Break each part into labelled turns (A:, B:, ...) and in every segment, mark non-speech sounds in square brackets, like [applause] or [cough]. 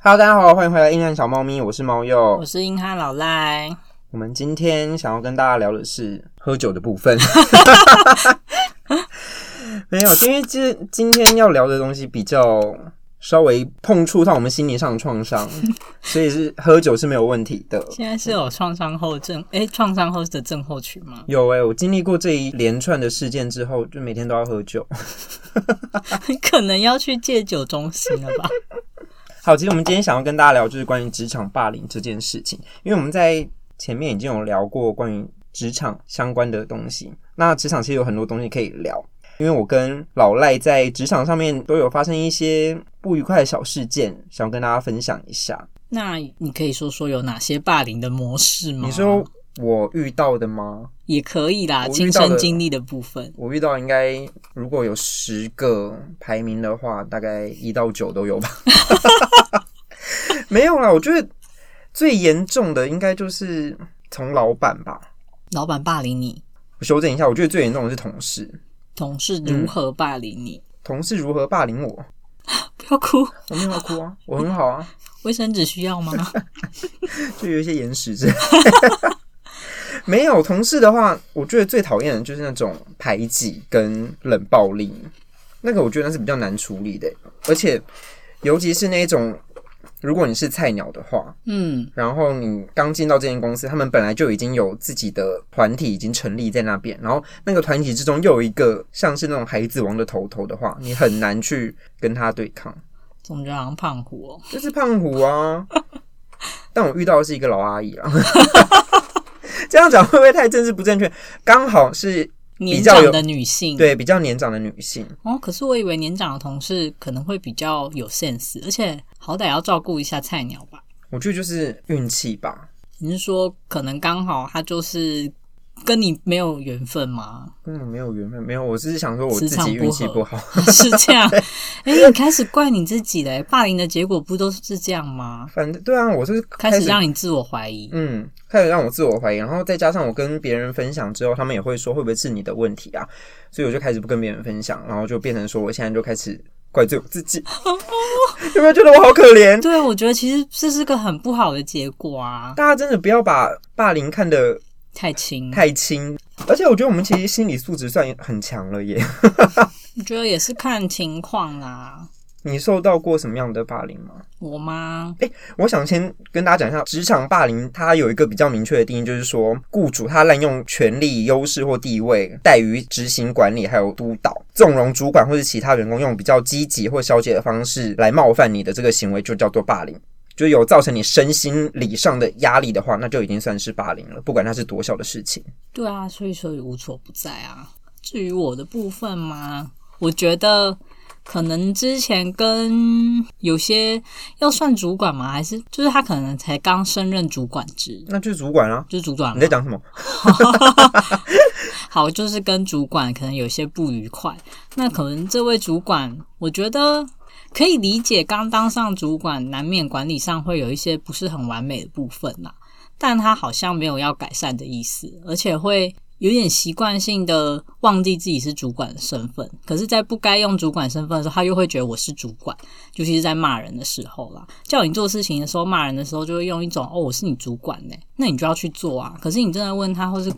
A: Hello，大家好，欢迎回来《印象小猫咪》，我是猫鼬
B: 我。是英汉老赖，
A: 我们今天想要跟大家聊的是喝酒的部
B: [laughs]
A: 分。没有，因为今今天要聊的东西比较稍微碰触到我们心理上的创
B: [laughs]
A: 伤，所以是喝酒是没有问题的。
B: 现在是有创伤后症，诶、创伤后的症候群吗？ [laughs]
A: 有欸诶、我经历过这一连串的事件之后，就每天都要喝酒。
B: 可能要去戒酒中心了 [laughs] 吧？
A: 好，其实我们今天想要跟大家聊就是关于职场霸凌这件事情，因为我们在前面已经有聊过关于职场相关的东西。那职场其实有很多东西可以聊，因为我跟老赖在职场上面都有发生一些不愉快的小事件，想要跟大家分享一下。
B: 那你可以说说有哪些霸凌的模式吗？
A: 你说我遇到的吗？
B: 也可以啦，
A: 我遇
B: 亲
A: 到的
B: 身经历的部分。
A: 我遇到应该如果有十个排名的话，大概一到九都有吧。 [laughs] 没有啦，我觉得最严重的应该就是从老板吧。
B: 老板霸凌你，
A: 我修正一下，我觉得最严重的是同事，
B: 同事如何霸凌你？
A: 同事如何霸凌我？
B: 不要哭，
A: 我没有要哭啊，我很好啊，
B: 卫生纸需要吗？
A: [laughs] 就有一些眼屎之类 [laughs] 的。没有同事的话，我觉得最讨厌的就是那种排挤跟冷暴力，那个我觉得是比较难处理的，而且尤其是那种如果你是菜鸟的话，
B: 嗯，
A: 然后你刚进到这间公司，他们本来就已经有自己的团体已经成立在那边，然后那个团体之中又有一个像是那种孩子王的头头的话，你很难去跟他对抗，
B: 总觉得好像胖虎哦。
A: 就是胖虎啊。 [laughs] 但我遇到的是一个老阿姨啊， [laughs] 这样讲会不会太政治不正确？刚好是
B: 年
A: 较有
B: 长的女性，
A: 对比较年长的女性，
B: 哦，可是我以为年长的同事可能会比较有 sense，而且好歹要照顾一下菜鸟吧。
A: 我觉得就是运气吧，
B: 你是说可能刚好他就是跟你没有缘分吗？ [laughs]
A: 跟我没有缘分，没有，我只是想说我自
B: 磁场
A: 己运气
B: 不
A: 不
B: 合
A: 好。
B: 是这样？哎、你开始怪你自己嘞，霸凌的结果不都是这样吗？
A: 反正对啊，我是
B: 开
A: 始
B: 始让你自我怀疑，
A: 嗯，开始让我自我怀疑，然后再加上我跟别人分享之后，他们也会说会不会是你的问题啊，所以我就开始不跟别人分享，然后就变成说我现在就开始怪罪我自己，
B: 哦
A: [laughs] 有没有觉得我好可怜？
B: 对啊我觉得其实这是个很不好的结果啊，
A: 大家真的不要把霸凌看得
B: 太轻，
A: 太轻，而且我觉得我们其实心理素质算很强了耶。 [laughs]
B: 我觉得也是看情况啦。
A: 你受到过什么样的霸凌吗？
B: 我妈
A: 我想先跟大家讲一下，职场霸凌它有一个比较明确的定义，就是说雇主他滥用权力、优势或地位，怠于执行管理还有督导，纵容主管或是其他员工用比较积极或消极的方式来冒犯你的这个行为，就叫做霸凌。就有造成你身心理上的压力的话，那就已经算是霸凌了，不管它是多小的事情。
B: 对啊，所以所以无所不在啊。至于我的部分嘛，我觉得可能之前跟有些要算主管嘛，还是就是他可能才刚升任主管职，
A: 那就是主管啊，
B: 就是主管
A: 你
B: 嘛
A: 在讲什么？
B: 好，就是跟主管可能有些不愉快。那可能这位主管，我觉得可以理解，刚当上主管，难免管理上会有一些不是很完美的部分啦。但他好像没有要改善的意思，而且会有点习惯性的忘记自己是主管的身份。可是，在不该用主管身份的时候，他又会觉得我是主管，尤其是在骂人的时候啦。叫你做事情的时候，骂人的时候就会用一种“哦，我是你主管呢、那你就要去做啊。可是你真的问他，或是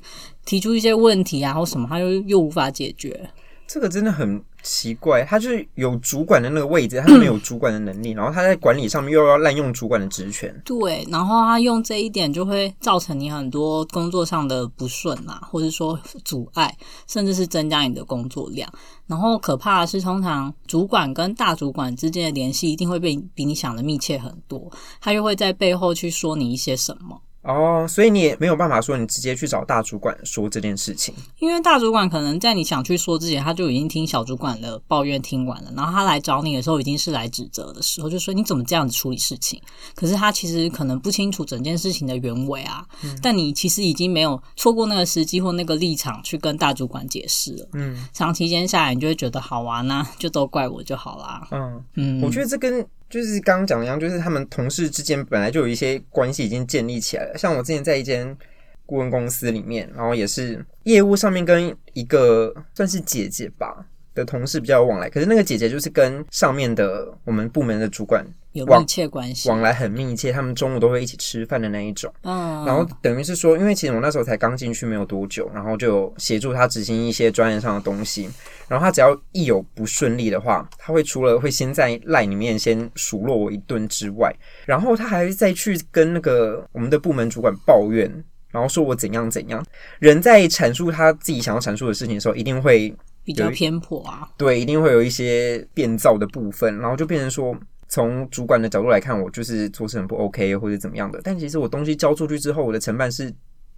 B: 提出一些问题啊或什么，他又又无法解决。
A: 这个真的很奇怪，他就是有主管的那个位置，他没有主管的能力，然后他在管理上面又要滥用主管的职权。
B: 对，然后他用这一点就会造成你很多工作上的不顺啊，或者说阻碍，甚至是增加你的工作量。然后可怕的是，通常主管跟大主管之间的联系一定会被比你想的密切很多，他又会在背后去说你一些什么。
A: 哦，所以你也没有办法说你直接去找大主管说这件事情。
B: 因为大主管可能在你想去说之前，他就已经听小主管的抱怨听完了，然后他来找你的时候，已经是来指责的时候，就说你怎么这样子处理事情？可是他其实可能不清楚整件事情的原委啊，
A: 嗯
B: 但你其实已经没有错过那个时机或那个立场去跟大主管解释了。
A: 嗯
B: 长期间下来，你就会觉得好玩啊，就都怪我就好啦。
A: 嗯，
B: 嗯，
A: 我觉得这跟就是刚刚讲的一样，就是他们同事之间本来就有一些关系已经建立起来了。像我之前在一间顾问公司里面，然后也是业务上面跟一个算是姐姐吧的同事比较有往来，可是那个姐姐就是跟上面的我们部门的主管
B: 有
A: 往
B: 密切关系。
A: 往来很密切，他们中午都会一起吃饭的那一种。
B: 嗯，
A: 然后等于是说，因为其实我那时候才刚进去没有多久，然后就有协助他执行一些专业上的东西。然后他只要一有不顺利的话，他会除了会先在赖里面先数落我一顿之外，然后他还再去跟那个我们的部门主管抱怨，然后说我怎样怎样。人在阐述他自己想要阐述的事情的时候，一定会
B: 比较
A: 有一
B: 偏颇啊。
A: 对，一定会有一些变造的部分，然后就变成说，从主管的角度来看，我就是做事很不 OK 或者怎么样的。但其实我东西交出去之后，我的承办是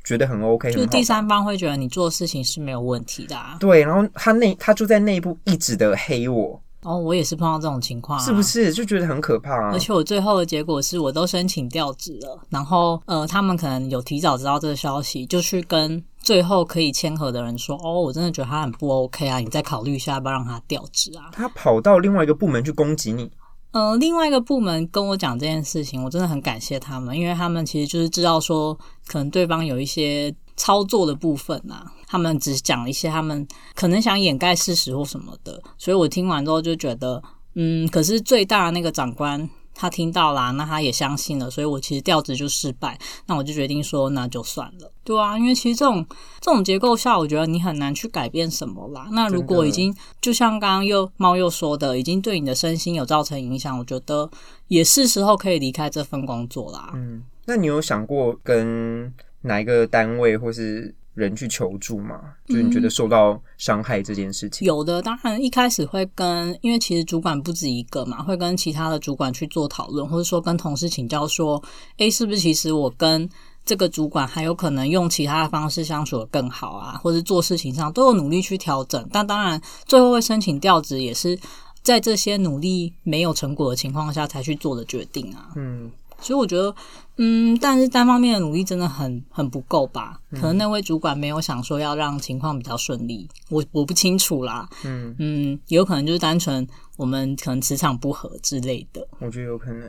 A: 觉得很 OK，
B: 就
A: 很好
B: 第。三方会觉得你做事情是没有问题的、啊。
A: 对，然后他内他就在内部一直的黑我，
B: 哦，我也是碰到这种情况、啊，
A: 是不？是就觉得很可怕啊
B: 而？且我最后的结果是我都申请调职了，然后呃，他们可能有提早知道这个消息，就去跟最后可以签合的人说，哦，我真的觉得他很不 OK 啊，你再考虑一下要不要让他调职啊。
A: 他跑到另外一个部门去攻击你，
B: 呃，另外一个部门跟我讲这件事情，我真的很感谢他们，因为他们其实就是知道说，可能对方有一些操作的部分啊，他们只讲一些他们可能想掩盖事实或什么的，所以我听完之后就觉得，嗯，可是最大的那个长官。他听到啦，那他也相信了，所以我其实调职就失败，那我就决定说那就算了，对啊，因为其实这种这种结构下，我觉得你很难去改变什么啦。那如
A: 真
B: 果
A: 的
B: 已经就像刚刚又猫又说的，已经对你的身心有造成影响，我觉得也是时候可以离开这份工作啦。
A: 嗯，那你有想过跟哪一个单位或是人去求助吗？就是你觉
B: 嗯
A: 得受到伤害这件事情，
B: 有的当然一开始会跟，因为其实主管不止一个嘛，会跟其他的主管去做讨论，或者说跟同事请教说，诶，是不是其实我跟这个主管还有可能用其他的方式相处的更好啊，或者做事情上都有努力去调整。但当然最后会申请调职，也是在这些努力没有成果的情况下才去做的决定啊。
A: 嗯，
B: 所以我觉得，嗯，但是单方面的努力真的很很不够吧？可能那位主管没有想说要让情况比较顺利，我我不清楚啦。
A: 嗯
B: 也有可能就是单纯我们可能磁场不合之类的。
A: 我觉得有可能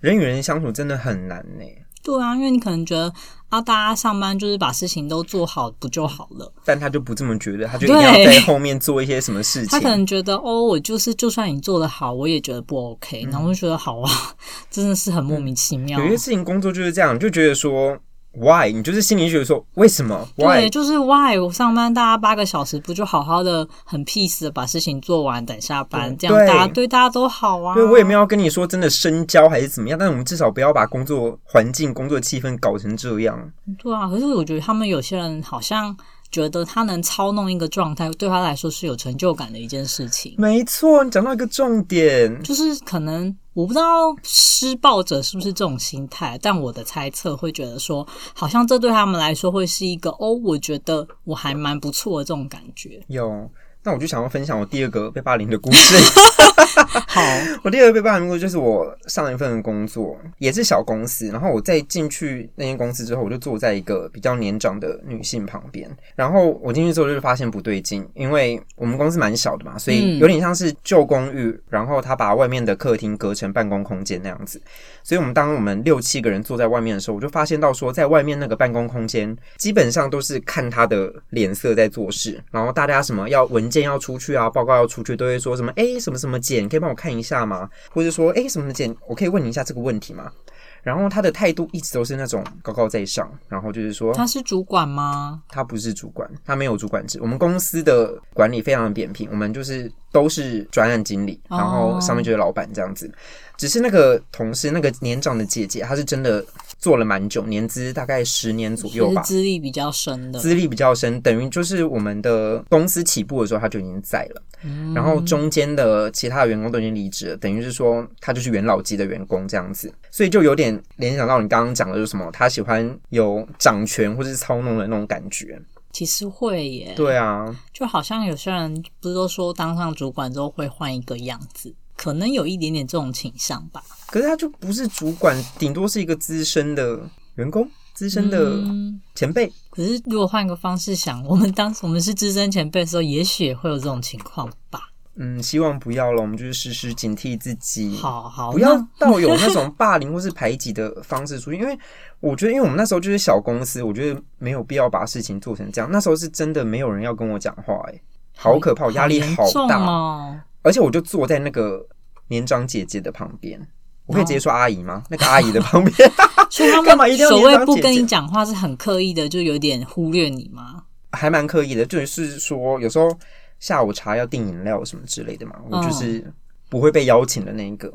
A: 人与人相处真的很难呢、
B: 对啊，因为你可能觉得啊，大家上班就是把事情都做好不就好了？
A: 但他就不这么觉得，他就一定
B: 对
A: 要在后面做一些什么事
B: 他可
A: 情。
B: 能觉得哦，我就是就算你做的好，我也觉得不 OK，、然后我就觉得好啊， [laughs] 真的是很莫名其妙。
A: 嗯有些事情工作就是这样，你就觉得说 why，你就是心里觉得说为什么 why，
B: 对，就是 why 我上班大家八个小时不就好好的很 peace 的把事情做完，等下班，这
A: 对
B: 样大家对大家都好啊。
A: 对我也没有要跟你说真的深交还是怎么样，但我们至少不要把工作环境、工作气氛搞成这样。
B: 对啊，可是我觉得他们有些人好像觉得他能操弄一个状态，对他来说是有成就感的一件事情。
A: 没错，你讲到一个重点，
B: 就是可能我不知道施暴者是不是这种心态，但我的猜测会觉得说，好像这对他们来说会是一个哦，我觉得我还蛮不错的这种感觉。
A: 有。那我就想要分享我第二个被霸凌的故事。
B: [laughs] 好，
A: 我第二个被霸凌的故事就是我上一份工作也是小公司，然后我在进去那间公司之后，我就坐在一个比较年长的女性旁边，然后我进去之后就发现不对劲，因为我们公司蛮小的嘛，所以
B: 嗯
A: 有点像是旧公寓，然后他把外面的客厅隔成办公空间那样子，所以我们当我们六七个人坐在外面的时候，我就发现到说，在外面那个办公空间，基本上都是看他的脸色在做事，然后大家什么要文件要出去啊，报告要出去，都会说什么哎、诶什么什么姐，你可以帮我看一下吗？或者说哎、诶什么什么姐，我可以问你一下这个问题吗？然后他的态度一直都是那种高高在上，然后就是说
B: 他是主管吗？
A: 他不是主管，他没有主管制。我们公司的管理非常的扁平，我们就是都是专案经理，
B: 哦
A: 然后上面就是老板这样子。只是那个同事，那个年长的姐姐，她是真的做了蛮久，年资大概十年左右
B: 就
A: 吧
B: 是，资历比较深的，
A: 资历比较深，等于就是我们的公司起步的时候，她就已经在了。
B: 嗯
A: 然后中间的其他的员工都已经离职了，等于是说他就是元老级的员工这样子，所以就有点联想到你刚刚讲的，就是什么他喜欢有掌权或是操弄的那种感觉。
B: 其实会耶，
A: 对啊，
B: 就好像有些人不是都说当上主管之后会换一个样子，可能有一点点这种倾向吧。
A: 可是他就不是主管，顶多是一个资深的员工、资深的
B: 嗯
A: 前辈。
B: 可是如果换个方式想，我们当时我们是资深前辈的时候，也许也会有这种情况吧。
A: 嗯，希望不要了，我们就是时时警惕自己，
B: 好好，
A: 不要
B: 那
A: 到有那种霸凌或是排挤的方式出现。因为我觉得，因为我们那时候就是小公司，我觉得没有必要把事情做成这样。那时候是真的没有人要跟我讲话、欸，好可怕，我压力
B: 严
A: 好
B: 重
A: 大，
B: 哦。
A: 而且我就坐在那个年长姐姐的旁边。我可以直接说阿姨吗？那个阿姨的旁
B: [laughs]
A: 边
B: 所以
A: [laughs]
B: 他
A: 干嘛一
B: 们
A: 定要
B: 啊所
A: 你当
B: 谓不
A: 姐
B: 跟
A: 姐
B: 你讲话是很刻意的，就有点忽略你吗？
A: 还蛮刻意的，就是说有时候下午茶要订饮料什么之类的嘛，
B: 嗯
A: 我就是不会被邀请的那一个。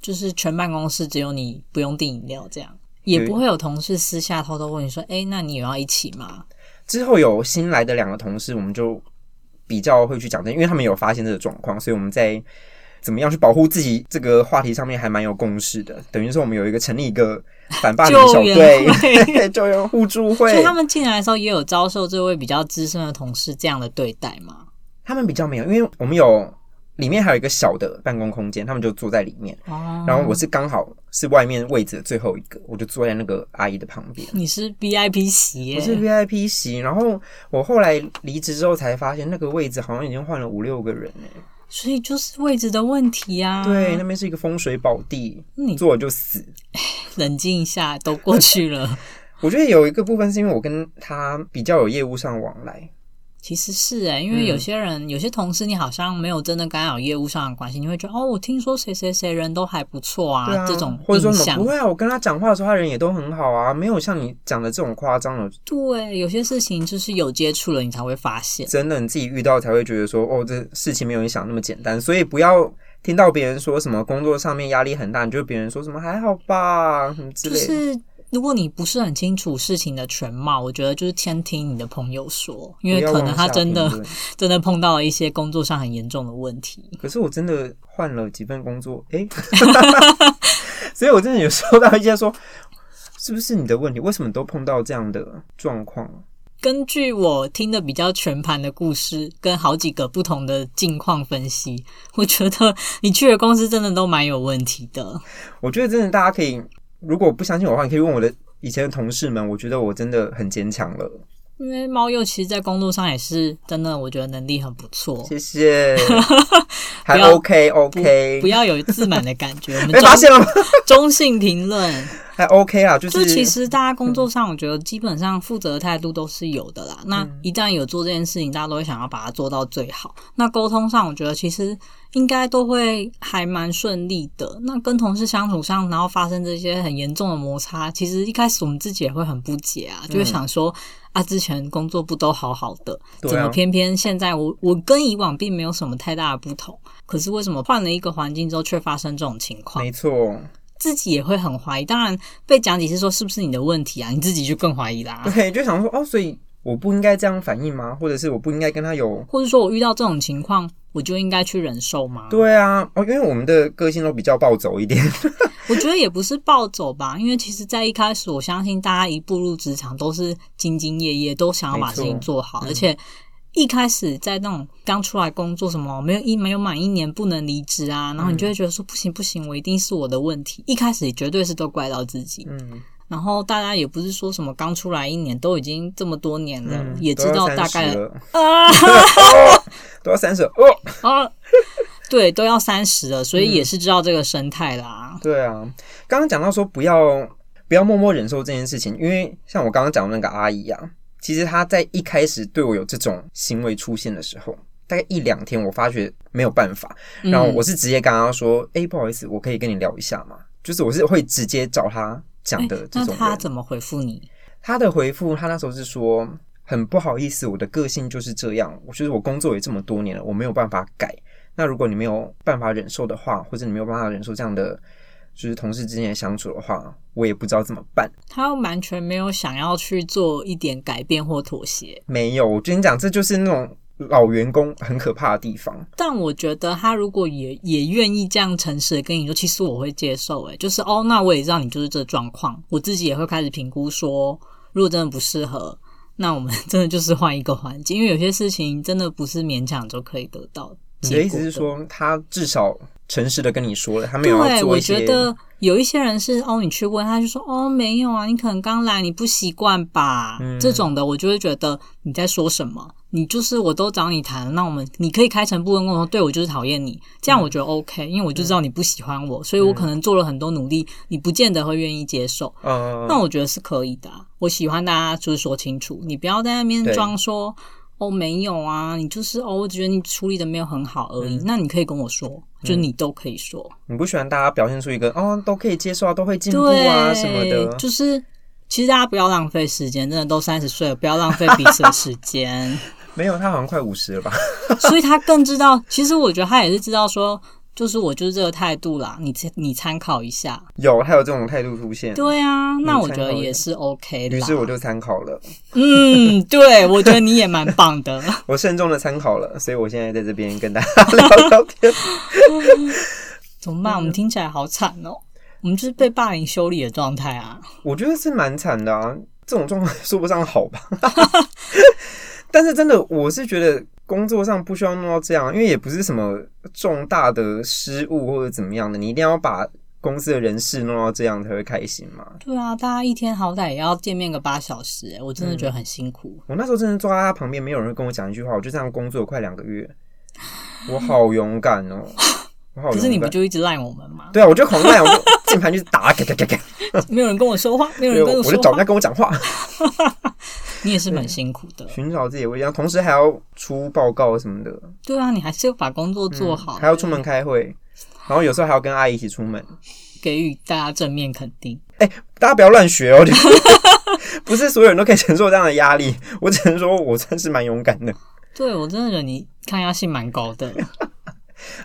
B: 就是全办公室只有你不用订饮料这样。也不会有同事私下偷偷问你说：“哎、那你有要一起吗
A: 之后有新来的两个同事，我们就比较会去讲这，因为他们有发现这个状况，所以我们在怎么样去保护自己这个话题上面还蛮有共识的。等于说我们有一个成立一个反霸凌小
B: 救援
A: 队，救援互助？”会
B: 所以。他们进来的时候也有遭受这位比较资深的同事这样的对待吗？
A: 他们比较没有，因为我们有里面还有一个小的办公空间，他们就坐在里面。
B: 哦，
A: 然后我是刚好是外面位置的最后一个，我就坐在那个阿姨的旁边。
B: 你是 VIP 席耶
A: 我是 VIP 席，然后我后来离职之后才发现，那个位置好像已经换了五六个人哎、
B: 所以就是位置的问题啊。
A: 对，那边是一个风水宝地，
B: 你
A: 坐了就死。
B: 冷静一下，都过去
A: [laughs]
B: 了。
A: 我觉得有一个部分是因为我跟他比较有业务上往来，
B: 其实是哎、因为
A: 嗯
B: 有些人、有些同事，你好像没有真的干扰业务上的关系，你会觉得哦，我听说谁谁谁人都还不错啊，
A: 对啊，
B: 这种
A: 或者说
B: 印
A: 什么
B: 象
A: 不。会啊，我跟他讲话的时候，他人也都很好啊，没有像你讲的这种夸张的。
B: 对，有些事情就是有接触了，你才会发现。
A: 真的你自己遇到才会觉得说，哦，这事情没有你想那么简单，所以不要听到别人说什么工作上面压力很大，你就别人说什么还好吧，什么之
B: 就
A: 类的。
B: 是如果你不是很清楚事情的全貌，我觉得就是先听你的朋友说，因为
A: 不要
B: 可能
A: 妄
B: 他
A: 下
B: 真
A: 评
B: 的
A: 论
B: [laughs] 真的碰到了一些工作上很严重的问题。
A: 可是我真的换了几份工作，哎、 [laughs] 所以我真的有收到一些说，是不是你的问题？为什么都碰到这样的状况？
B: 根据我听的比较全盘的故事，跟好几个不同的境况分析，我觉得你去的公司真的都蛮有问题的。
A: 我觉得真的大家可以，如果不相信我的话，你可以问我的以前的同事们，我觉得我真的很坚强了，
B: 因为猫鼬其实，在工作上也是真的，我觉得能力很不错。
A: 谢
B: [laughs]
A: 谢，还
B: 不要
A: OK
B: 不
A: OK，
B: 不要有自满的感觉，我们
A: 没发现
B: 中
A: 了吗？
B: 中性评论。
A: [laughs] 还 OK 啦，就
B: 就是其实大家工作上，我觉得基本上负责的态度都是有的啦。那一旦有做这件事情，大家都会想要把它做到最好。那沟通上，我觉得其实应该都会还蛮顺利的。那跟同事相处上，然后发生这些很严重的摩擦，其实一开始我们自己也会很不解啊，就会想说。啊，之前工作不都好好的，
A: 对啊
B: 怎么偏偏现在我我跟以往并没有什么太大的不同，可是为什么换了一个环境之后却发生这种情况？
A: 没错，
B: 自己也会很怀疑。当然，被讲几次说是不是你的问题啊，你自己就更怀疑啦、 [laughs]
A: 对，就想说哦，所以我不应该这样反应吗？或者是我不应该跟他有？
B: 或者说我遇到这种情况，我就应该去忍受吗？
A: 对啊，哦，因为我们的个性都比较暴走一
B: [laughs]
A: 点，
B: 我觉得也不是暴走吧，因为其实，在一开始，我相信大家一步入职场都是兢兢业业，都想要把
A: 没错嗯
B: 事情做好，而且。一开始在那种刚出来工作什么没有一没有满一年不能离职啊，
A: 嗯
B: 然后你就会觉得说不行不行，我一定是我的问题。一开始绝对是都怪到自己，
A: 嗯，
B: 然后大家也不是说什么刚出来一年，都已经这么多年了，
A: 嗯
B: 也知道大概
A: 都要30了，
B: 啊
A: 都要三十哦，
B: 啊，对，都要三十了，所以也是知道这个生态啦。
A: 对啊，刚刚讲到说不要不要默默忍受这件事情，因为像我刚刚讲的那个阿姨啊，其实她在一开始对我有这种行为出现的时候。大概一两天，我发觉没有办法，
B: 嗯
A: 然后我是直接跟她说：“哎、不好意思，我可以跟你聊一下吗？”就是我是会直接找她讲的这
B: 那
A: 种人。
B: 他怎么回复你？
A: 他的回复，他那时候是说很不好意思，我的个性就是这样，我觉得我工作也这么多年了，我没有办法改。那如果你没有办法忍受的话，或者你没有办法忍受这样的就是同事之间的相处的话，我也不知道怎么办。
B: 他完全没有想要去做一点改变或妥协，
A: 没有，我跟你讲，这就是那种老员工很可怕的地方。
B: 但我觉得他如果也也愿意这样诚实的跟你说，其实我会接受、欸，就是哦，那我也知道你就是这状况，我自己也会开始评估说，如果真的不适合，那我们真的就是换一个环境，因为有些事情真的不是勉强就可以得到
A: 你的
B: 结
A: 意
B: 果
A: 思是
B: 的
A: 说，他至少诚实的跟你说了，他没有要
B: 对，
A: 做
B: 我
A: 一些
B: 觉得有一些人是哦，你去问他就说哦，没有啊，你可能刚来，你不习惯吧，
A: 嗯
B: 这种的，我就会觉得你在说什么，你就是我都找你谈，那我们你可以开诚布公跟我说，对我就是讨厌你，这
A: 嗯
B: 样我觉得 OK，、因为我就知道你不喜欢我，所以我可能做了很多努力，你不见得会愿意接受，
A: 呃，
B: 那我觉得是可以的啊、我喜欢大家就是说清楚，你不要在那边
A: 对
B: 装说哦，没有啊，你就是哦，我觉得你处理的没有很好而
A: 嗯
B: 已。那你可以跟我说，就你都可以说，
A: 你不喜欢大家表现出一个哦都可以接受啊，都会进步
B: 对
A: 啊什么的，
B: 就是其实大家不要浪费时间，真的都三十岁了，不要浪费彼此的时
A: [laughs]
B: 间。
A: 没有，他好像快五十了吧？
B: 所以他更知道，其实我觉得他也是知道说，就是我就是这个态度啦，你参你参考一下。
A: 有，他有这种态度出现，
B: 对啊，那
A: 嗯你
B: 我
A: 参
B: 觉得
A: 考一
B: 也
A: 下
B: 是 OK 的。
A: 于是我就参考了， [laughs]
B: 嗯，对，我觉得你也蛮棒的。 [laughs]
A: 我慎重的参考了，所以我现在在这边跟大家聊聊
B: [laughs]
A: 天。
B: 怎么办？
A: 嗯
B: 我们听起来好惨哦，我们就是被霸凌修理的状态啊。
A: 我觉得是蛮惨的啊，这种状况说不上好吧。 [laughs] 但是真的，我是觉得工作上不需要弄到这样，啊因为也不是什么重大的失误或者怎么样的，你一定要把公司的人事弄到这样才会开心嘛。
B: 对啊，大家一天好歹也要见面个八小时、欸，我真
A: 嗯
B: 的觉得很辛苦。
A: 我那时候真的坐在他旁边，没有人会跟我讲一句话，我就这样工作了快两个月，我好勇敢哦，我好
B: 可是你
A: 勇
B: 不
A: 敢。
B: 就一直赖我们吗？
A: 对啊，我就狂赖，我就键盘就是打，嘎嘎嘎嘎，
B: 没有人跟我说话，没有
A: 对，
B: 人跟
A: 我
B: 说
A: 就找人
B: 话
A: 家，跟我讲话，
B: 你也是蛮辛苦的。
A: 寻找自己的位置，然后同时还要出报告什么的，
B: 对啊，你还是要把工作做
A: 嗯
B: 好，嗯
A: 还要出门开会，然后有时候还要跟阿姨一起出门。
B: 给予大家正面肯定。
A: 大家不要乱学哦，就是 [laughs] 不是所有人都可以承受这样的压力。我只能说我算是蛮勇敢的，
B: 对我真的觉得你抗压性蛮高
A: [laughs]
B: 的。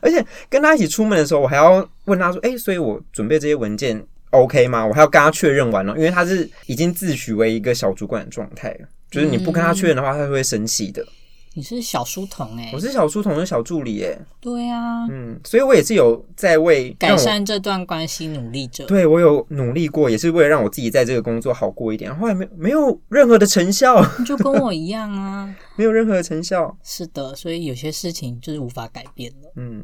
A: 而且跟他一起出门的时候，我还要问他说：“哎、所以我准备这些文件 OK 吗？”我还要跟他确认完哦了，因为他是已经自诩为一个小主管的状态了。就是你不跟他确认的话，他是会生气的。
B: 你是小书童哎、
A: 我是小书童的小助理耶，
B: 对啊，
A: 嗯，所以我也是有在为让
B: 改
A: 我
B: 善这段关系努力着。
A: 对我有努力过，也是为了让我自己在这个工作好过一点。后来没没有任何的成效， [laughs]
B: 你就跟我一样啊。
A: 没有任何的成效。
B: 是的，所以有些事情就是无法改变了。
A: 嗯，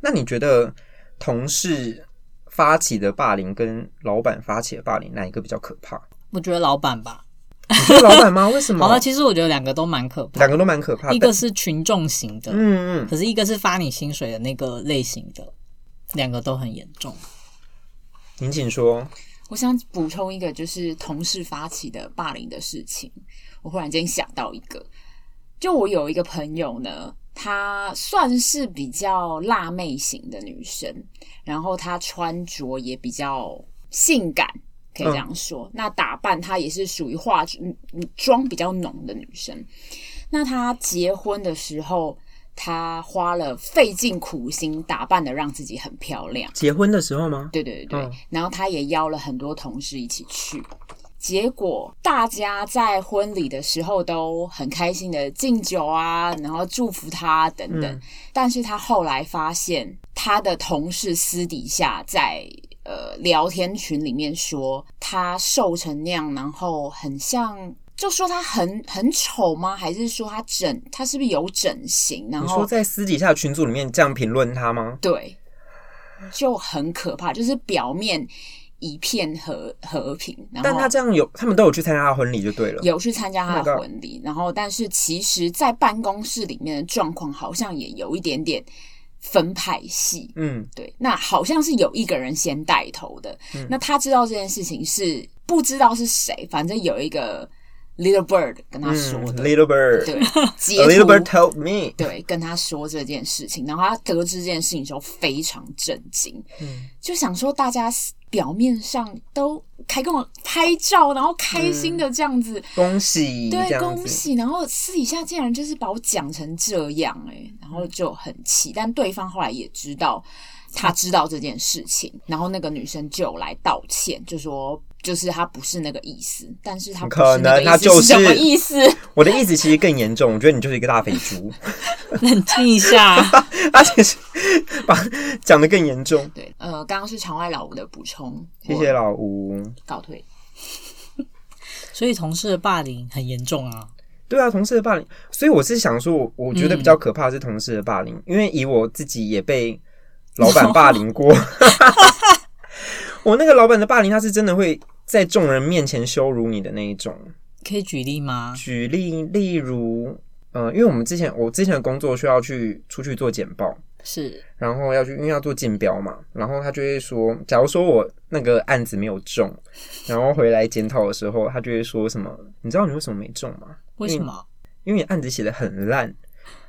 A: 那你觉得同事发起的霸凌跟老板发起的霸凌哪一个比较可怕？
B: 我觉得老板吧，
A: 你觉得老板吗？为什
B: 好了，
A: 么？
B: 其实我觉得两个都蛮可怕
A: 嗯两
B: 的，
A: 个都蛮可怕的。
B: 一个是群众型的，
A: 嗯嗯，
B: 可是一个是发你薪水的那个类型的，两个都很严重。 [laughs]
A: 您请说。
C: 我想补充一个，就是同事发起的霸凌的事情。我忽然间想到一个，就我有一个朋友呢，她算是比较辣妹型的女生，然后她穿着也比较性感，可以这样说。那打扮她也是属于化嗯嗯妆比较浓的女生。那她结婚的时候，她花了费尽苦心打扮的让自己很漂亮。
A: 结婚的时候吗？
C: 对对对对，
A: 嗯
C: 然后他也邀了很多同事一起去。结果大家在婚礼的时候都很开心的敬酒啊，然后祝福他等等。
A: 嗯
C: 但是他后来发现，他的同事私底下在呃聊天群里面说他瘦成那样，然后很像，就说他很很丑吗？还是说他整他是不是有整形？然
A: 你
C: 后
A: 说在私底下群组里面这样评论他吗？
C: 对，就很可怕，就是表面一片和和平，然后
A: 但他这样有，他们都有去参加他的婚礼就对了。
C: 有去参加他
A: Oh my
C: 的
A: God
C: 婚礼，然后但是其实，在办公室里面的状况好像也有一点点分派系。
A: 嗯，
C: 对，那好像是有一个人先带头的，那他知道这件事情是不知道是谁，反正有一个 little bird 跟他
A: 嗯
C: 说啊的，
A: ，Little Bird，A [laughs]
C: 对，截
A: Little
C: 图
A: Bird told me，
C: 对，跟他说这件事情，然后他得知这件事情之后非常震惊，
A: 嗯
C: 就想说大家表面上都还跟我拍照，然后开心的这样子，
A: 恭喜，嗯这
C: 对，
A: 样子
C: 恭。喜，然后私底下竟然就是把我讲成这样、欸，哎，然后就很气，但对方后来也知道。他知道这件事情，然后那个女生就来道歉，就说就是她不是那个意思，但是她不
A: 可
C: 是那个
A: 能
C: 意
A: 她
C: 思
A: 就是
C: 什么意思？
A: 我的意思其实更严重，我觉得你就是一个大肥猪。
B: 冷静一下，啊
A: 他其实把讲的更严重。
C: 对，呃，刚刚是场外老吴的补充，
A: 谢谢老吴。
C: 告退。
B: 所以同事的霸凌很严重啊。
A: 对啊，同事的霸凌，所以我是想说，我我觉得比较可怕的是同事的霸凌，因为以我自己也被老板霸凌过。我那个老板的霸凌，他是真的会在众人面前羞辱你的那一种。
B: 可以举例吗？
A: 举例，例如，呃，因为我们之前我之前的工作需要去出去做简报，
B: 是
A: 然后要去，因为要做竞标嘛，然后他就会说，假如说我那个案子没有中，然后回来检讨的时候，他就会说什么，你知道你为什么没中吗？
B: 为什么？
A: 因为你案子写的很烂，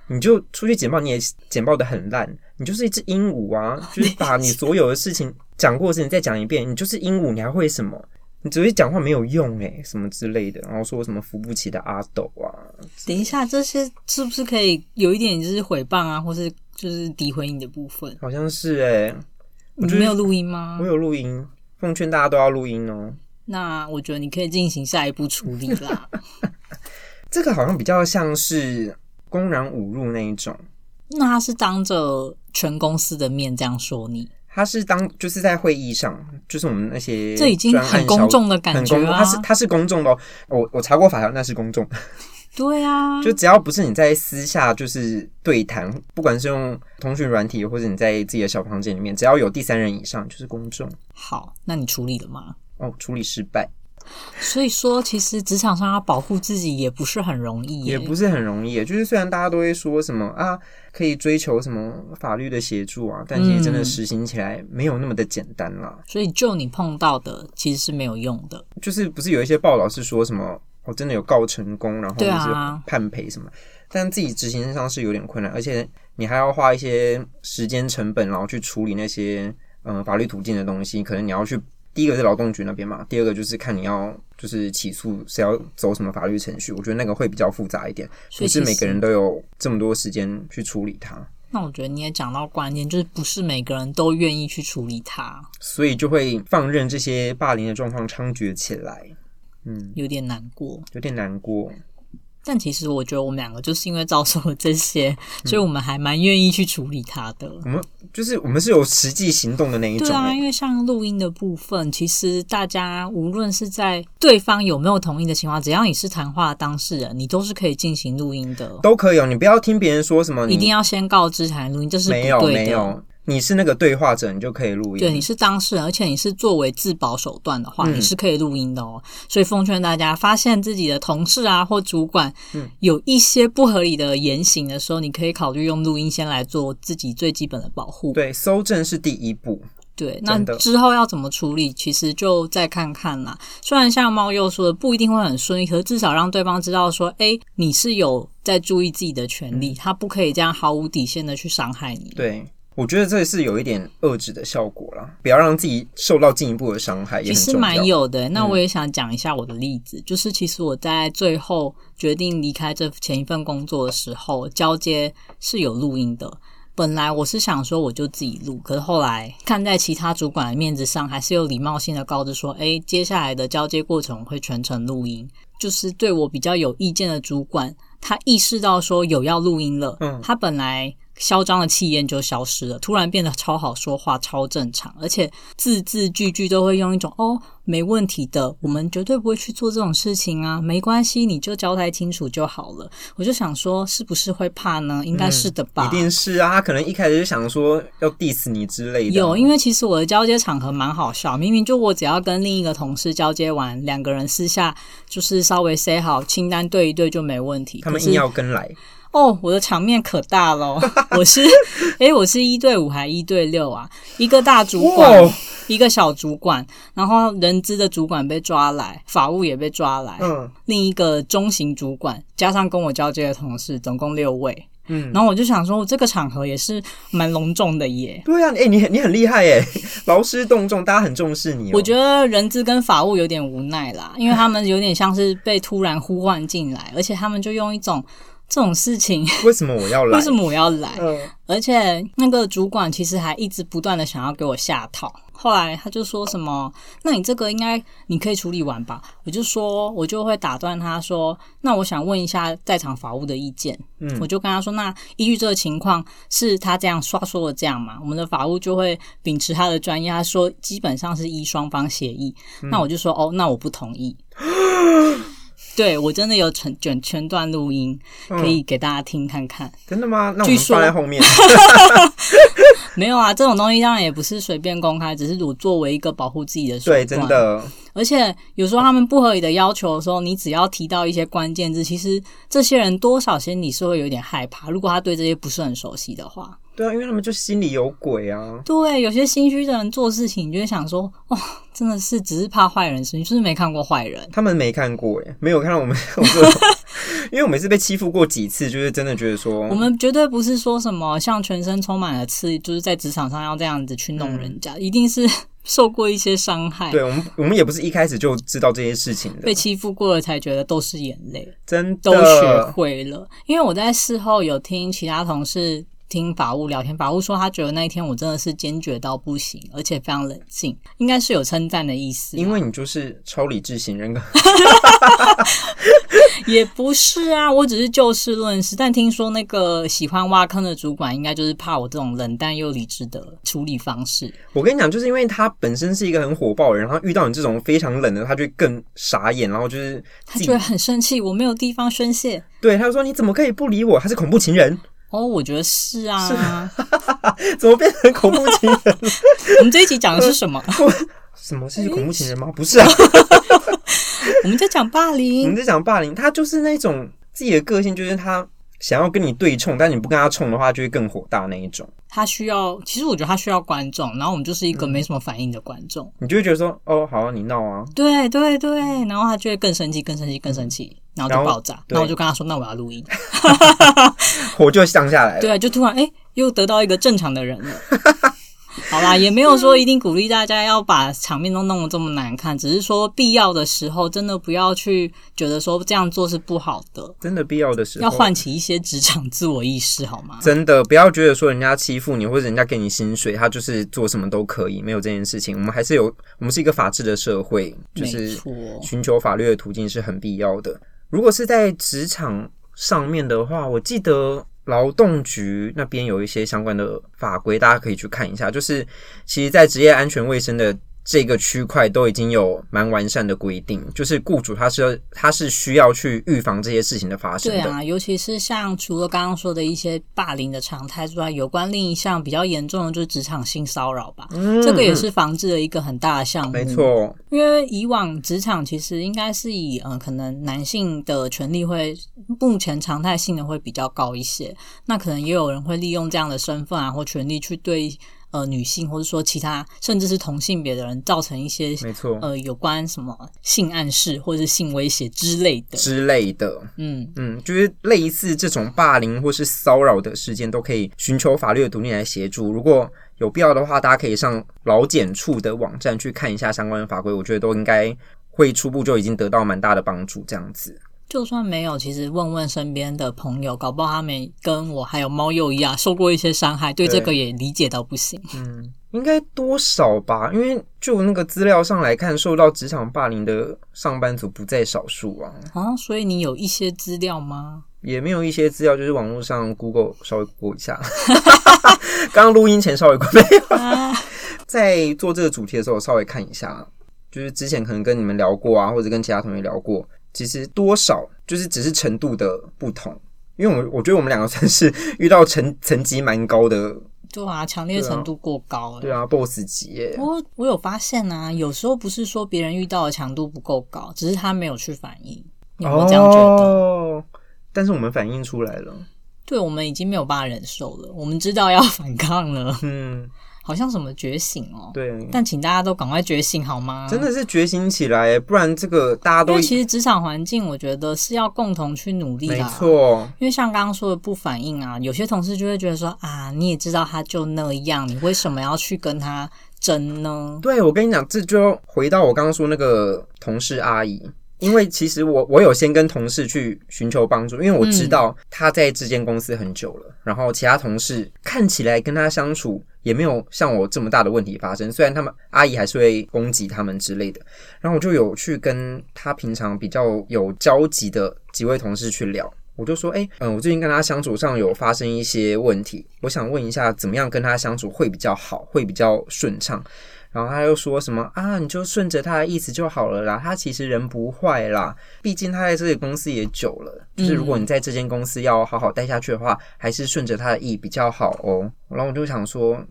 A: 你就出去简报，你也简报的很烂，你就是一只鹦鹉啊，就是把
B: [laughs]
A: 你所有的事情讲过的事情再讲一遍，你就是鹦鹉，你还会什么？你只会讲话没有用诶、什么之类的，然后说什么扶不起的阿斗啊，
B: 等一下，这些是不是可以有一点就是诽谤啊，或是就是诋毁你的部分？
A: 好像是诶、我
B: 你
A: 觉得
B: 没有录音吗
A: 我？有录音，奉劝大家都要录音哦。
B: 那我觉得你可以进行下一步处理啦。
A: 这个好像比较像是公然侮辱那一种，
B: 那他是当着全公司的面这样说你，
A: 他是当就是在会议上，就是我们那些
B: 这已经
A: 专案
B: 很
A: 小
B: 公众的感
A: 很
B: 觉
A: 公众，
B: 啊。
A: 他是他是公众的、哦，我我查过法条，那是公众，
B: 对啊，
A: 就只要不是你在私下就是对谈，不管是用通讯软体或者你在自己的小房间里面，只要有第三人以上就是公众。
B: 好，那你处理了吗？
A: 哦，处理失败
B: 所以说，其实职场上要保护自己也不是很容易耶，
A: 也不是很容易，就是虽然大家都会说什么啊，可以追求什么法律的协助啊，但其实真的
B: 嗯
A: 实行起来没有那么的简单啦。
B: 所以就你碰到的其实是没有用的。
A: 就是不是有一些报道是说什么哦，真的有告成功，然后就
B: 对啊
A: 是判赔什么，但自己执行上是有点困难，而且你还要花一些时间成本，然后去处理那些嗯、呃法律途径的东西，可能你要去。第一个是劳动局那边嘛，第二个就是看你要就是起诉是要走什么法律程序，我觉得那个会比较复杂一点，
B: 所
A: 不
B: 以
A: 是
B: 其
A: 每
B: 实
A: 个人都有这么多时间去处理它，
B: 那我觉得你也讲到关键，就是不是每个人都愿意去处理它，
A: 所以就会放任这些霸凌的状况猖獗起来，嗯，
B: 有点难过。
A: 有点难过。
B: 但其实我觉得我们两个就是因为遭受了这些， [laughs]
A: 嗯
B: 所以我们还蛮愿意去处理它的。
A: 就是我们是有实际行动的那一种、
B: 对啊，
A: 欸
B: 因为像录音的部分，其实大家无论是在对方有没有同意的情况，只要你是谈话当事人，你都是可以进行录音的。
A: 都可以哦。你不要听别人说什么，你
B: 一定要先告知才能录音，这是不
A: 没有
B: 对
A: 没
B: 的。
A: 有，你是那个对话者，你就可以录音。
B: 对，你是当事人，而且你是作为自保手段的话，
A: 嗯
B: 你是可以录音的哦。所以奉劝大家，发现自己的同事啊或主管
A: 嗯
B: 有一些不合理的言行的时候，你可以考虑用录音先来做自己最基本的保护。
A: 对搜证是第一步，
B: 对，那
A: 真的
B: 之后要怎么处理，其实就再看看啦。虽然像猫又说的不一定会很顺利，可是至少让对方知道说，哎，你是有在注意自己的权利，他不可以这样毫无底线的去伤害你。
A: 嗯对。我觉得这是有一点遏制的效果啦，不要让自己受到进一步的伤害，也
B: 其
A: 很
B: 实
A: 重
B: 蛮
A: 要。嗯
B: 有的、欸那我也想讲一下我的例子，就是其实我在最后决定离开这前一份工作的时候，交接是有录音的。本来我是想说我就自己录，可是后来看在其他主管的面子上，还是有礼貌性的告知说，诶，接下来的交接过程我会全程录音。就是对我比较有意见的主管，他意识到说有要录音了，
A: 嗯
B: 他本来嚣张的气焰就消失了，突然变得超好说话、超正常，而且字字句句都会用一种“哦，没问题的，我们绝对不会去做这种事情啊，没关系，你就交代清楚就好了。”我就想说，是不是会怕呢？应该是的吧。
A: 嗯一定是啊，他可能一开始就想说要 diss 你之类的。
B: 有，因为其实我的交接场合蛮好笑，明明就我只要跟另一个同事交接完，两个人私下就是稍微 say 好清单对一对就没问题。
A: 他们
B: 可是
A: 硬要跟来，
B: 哦，我的场面可大 [laughs] 喽！我是，诶、我是一对五还一对六啊？一个大主管
A: 哇，
B: 一个小主管，然后人资的主管被抓来，法务也被抓来，
A: 嗯
B: 另一个中型主管加上跟我交接的同事，总共六位。
A: 嗯，
B: 然后我就想说，我这个场合也是蛮隆重的耶。
A: 对啊，哎、你很你很厉害哎，劳师动众，大家很重视你、哦。
B: 我觉得人资跟法务有点无奈啦，因为他们有点像是被突然呼唤进来，而且他们就用一种这种事情，
A: 为什么我要来？
B: [laughs] 为什么我要来？
A: 嗯
B: 而且那个主管其实还一直不断的想要给我下套，后来他就说什么：“那你这个应该你可以处理完吧？”我就说，我就会打断他说：“那我想问一下在场法务的意见。”
A: 嗯
B: 我就跟他说：“那依据这个情况，是他这样刷说的这样嘛？我们的法务就会秉持他的专业，他说基本上是依双方协议。那我就说：“哦，那我不同意。对我真的有全全全段录音，可以给大家听看看。
A: 嗯真的吗？那我
B: 据
A: 们
B: 说
A: 放在后面。
B: 没有啊，这种东西当然也不是随便公开，只是我作为一个保护自己的手段。
A: 对，真。的，
B: 而而且有时候他们不合理的要求的时候，你只要提到一些关键字，其实这些人多少心里是会有点害怕。如果他对这些不是很熟悉的话，
A: 对啊，因为他们就心里有鬼啊。
B: 对，有些心虚的人做事情，你就会想说，哦，真的是只是怕坏人，你就是没看过坏人。
A: 他们没看过耶，没有看到我
B: [laughs]
A: 们，我这种因为我每次被欺负过几次，就是真的觉得说，
B: 我们绝对不是说什么像全身充满了刺，就是在职场上要这样子去弄人家，一定是受过一些伤害，
A: 嗯对我们我们也不是一开始就知道这些事情的
B: 被，欺负过了才觉得都是眼泪，
A: 真的
B: 都学会了。因为我在事后有听其他同事。听法务聊天，法务说他觉得那一天我真的是坚决到不行，而且非常冷静，应该是有称赞的意思吧。
A: 因为你就是超理智型人格， [laughs]
B: 也不是啊，我只是就事论事。但听说那个喜欢挖坑的主管，应该就是怕我这种冷淡又理智的处理方式。
A: 我跟你讲，就是因为他本身是一个很火爆的人，然后遇到你这种非常冷的，他就会更傻眼，然后就是
B: 他
A: 自
B: 就
A: 己
B: 会很生气，我没有地方宣泄。
A: 对他就说你怎么可以不理我？他是恐怖情人， [laughs]
B: 哦，我觉得是啊。
A: 怎么变成恐怖情人？ [laughs]
B: 我们这一集讲的是什么？ [laughs]
A: 什么是恐怖情人吗？不是啊，
B: 我们在讲霸
A: 我们
B: 凌。
A: 在讲霸凌，他就是那种自己的个性，就是他想要跟你对冲，但你不跟他冲的话，就会更火大那一种。
B: 他需要，其实我觉得他需要观众，然后我们就是一
A: 嗯
B: 个没什么反应的观众。
A: 你就会觉得说，哦，好、啊，你闹啊，
B: 对对对，然后他就会更生气，更生气，更生气，然后
A: 嗯然后
B: 就爆炸。
A: 对
B: 然后我就跟他说：“那我要录音。”
A: 火就降下来了。
B: 对，就突然哎、诶又得到一个正常的人了。好啦，也没有说一定鼓励大家要把场面都弄得这么难看，只是说必要的时候，真的不要去觉得说这样做是不好的，
A: 真的必要的时候
B: 要唤起一些职场自我意识，好
A: [laughs]
B: 吗？
A: 真的不要觉得说人家欺负你或者人家给你薪水，他就是做什么都可以，没有这件事情。我们还是有，我们是一个法治的社会，就
B: 没
A: 是
B: 错
A: 寻求法律的途径是很必要的。如果是在职场上面的话，我记得劳动局那边有一些相关的法规，大家可以去看一下。就是其实，在职业安全卫生的这个区块都已经有蛮完善的规定，就是雇主他是要他是需要去预防这些事情的发生
B: 对
A: 的。
B: 啊，尤其是像除了刚刚说的一些霸凌的常态之外，有关另一项比较严重的就是职场性骚扰吧，这个也是防治的一个很大的项目。
A: 嗯没错，
B: 因为以往职场其实应该是以呃，可能男性的权利会目前常态性的会比较高一些，那可能也有人会利用这样的身份啊或权利去对呃女性或者说其他甚至是同性别的人造成一些
A: 没错。
B: 呃有关什么性暗示或者是性威胁之类的，
A: 之类的，
B: 嗯。
A: 嗯，就是类似这种霸凌或是骚扰的事件，都可以寻求法律的途径来协助。如果有必要的话，大家可以上劳检处的网站去看一下相关的法规，我觉得都应该会初步就已经得到蛮大的帮助。这样子，
B: 就算没有，其实问问身边的朋友，搞不好他们跟我还有猫鼬一样，受过一些伤害，对这
A: 对
B: 个也理解到不行。
A: 嗯，应该多少吧？因为就那个资料上来看，受到职场霸凌的上班族不在少数啊。
B: 啊，所以你有一些资料吗？
A: 也没有一些资料，就是网络上 Google 稍微 Google 一下。 [laughs] 刚刚录音前稍微 Google 一下
B: 啊
A: 在做这个主题的时候，我稍微看一下，就是之前可能跟你们聊过啊，或者跟其他同学聊过，其实多少就是只是程度的不同。因为我们我觉得我们两个算是遇到层层级蛮高的，
B: 对啊，强烈程度过高、欸。
A: 对啊，boss 级耶
B: 不。过我有发现啊，有时候不是说别人遇到的强度不够高，只是他没有去反应。你有没有这样觉得？
A: 哦，但是我们反映出来了，
B: 对我们已经没有办法忍受了，我们知道要反抗了， [laughs]
A: 嗯，
B: 好像什么觉醒哦。
A: 对，
B: 但请大家都赶快觉醒好吗？
A: 真。的是觉醒起来耶，不然这个大家
B: 因
A: 都
B: 为其实啊职场环境，我觉得是要共同去努力
A: 没
B: 啦。
A: 错，
B: 因为像刚刚说的不反应啊，有些同事就会觉得说啊，你也知道他就那样，你为什么要去跟他争呢？
A: 对，我跟你讲，这就回到我刚刚说那个同事阿姨，因为其实我我有先跟同事去寻求帮助，因为我知道她在这间公司很久了，然后其他同事看起来跟她相处也没有像我这么大的问题发生，虽然他们阿姨还是会攻击他们之类的，然后我就有去跟她平常比较有交集的几位同事去聊。我就说，哎、嗯，我最近跟她相处上有发生一些问题，我想问一下，怎么样跟她相处会比较好，会比较顺畅？然后他又说什么啊，你就顺着他的意思就好了啦，他其实人不坏啦，毕竟他在这个公司也久了，就是如果你在这间公司要好好待下去的话，还是顺着他的意比较好哦。然后我就想说。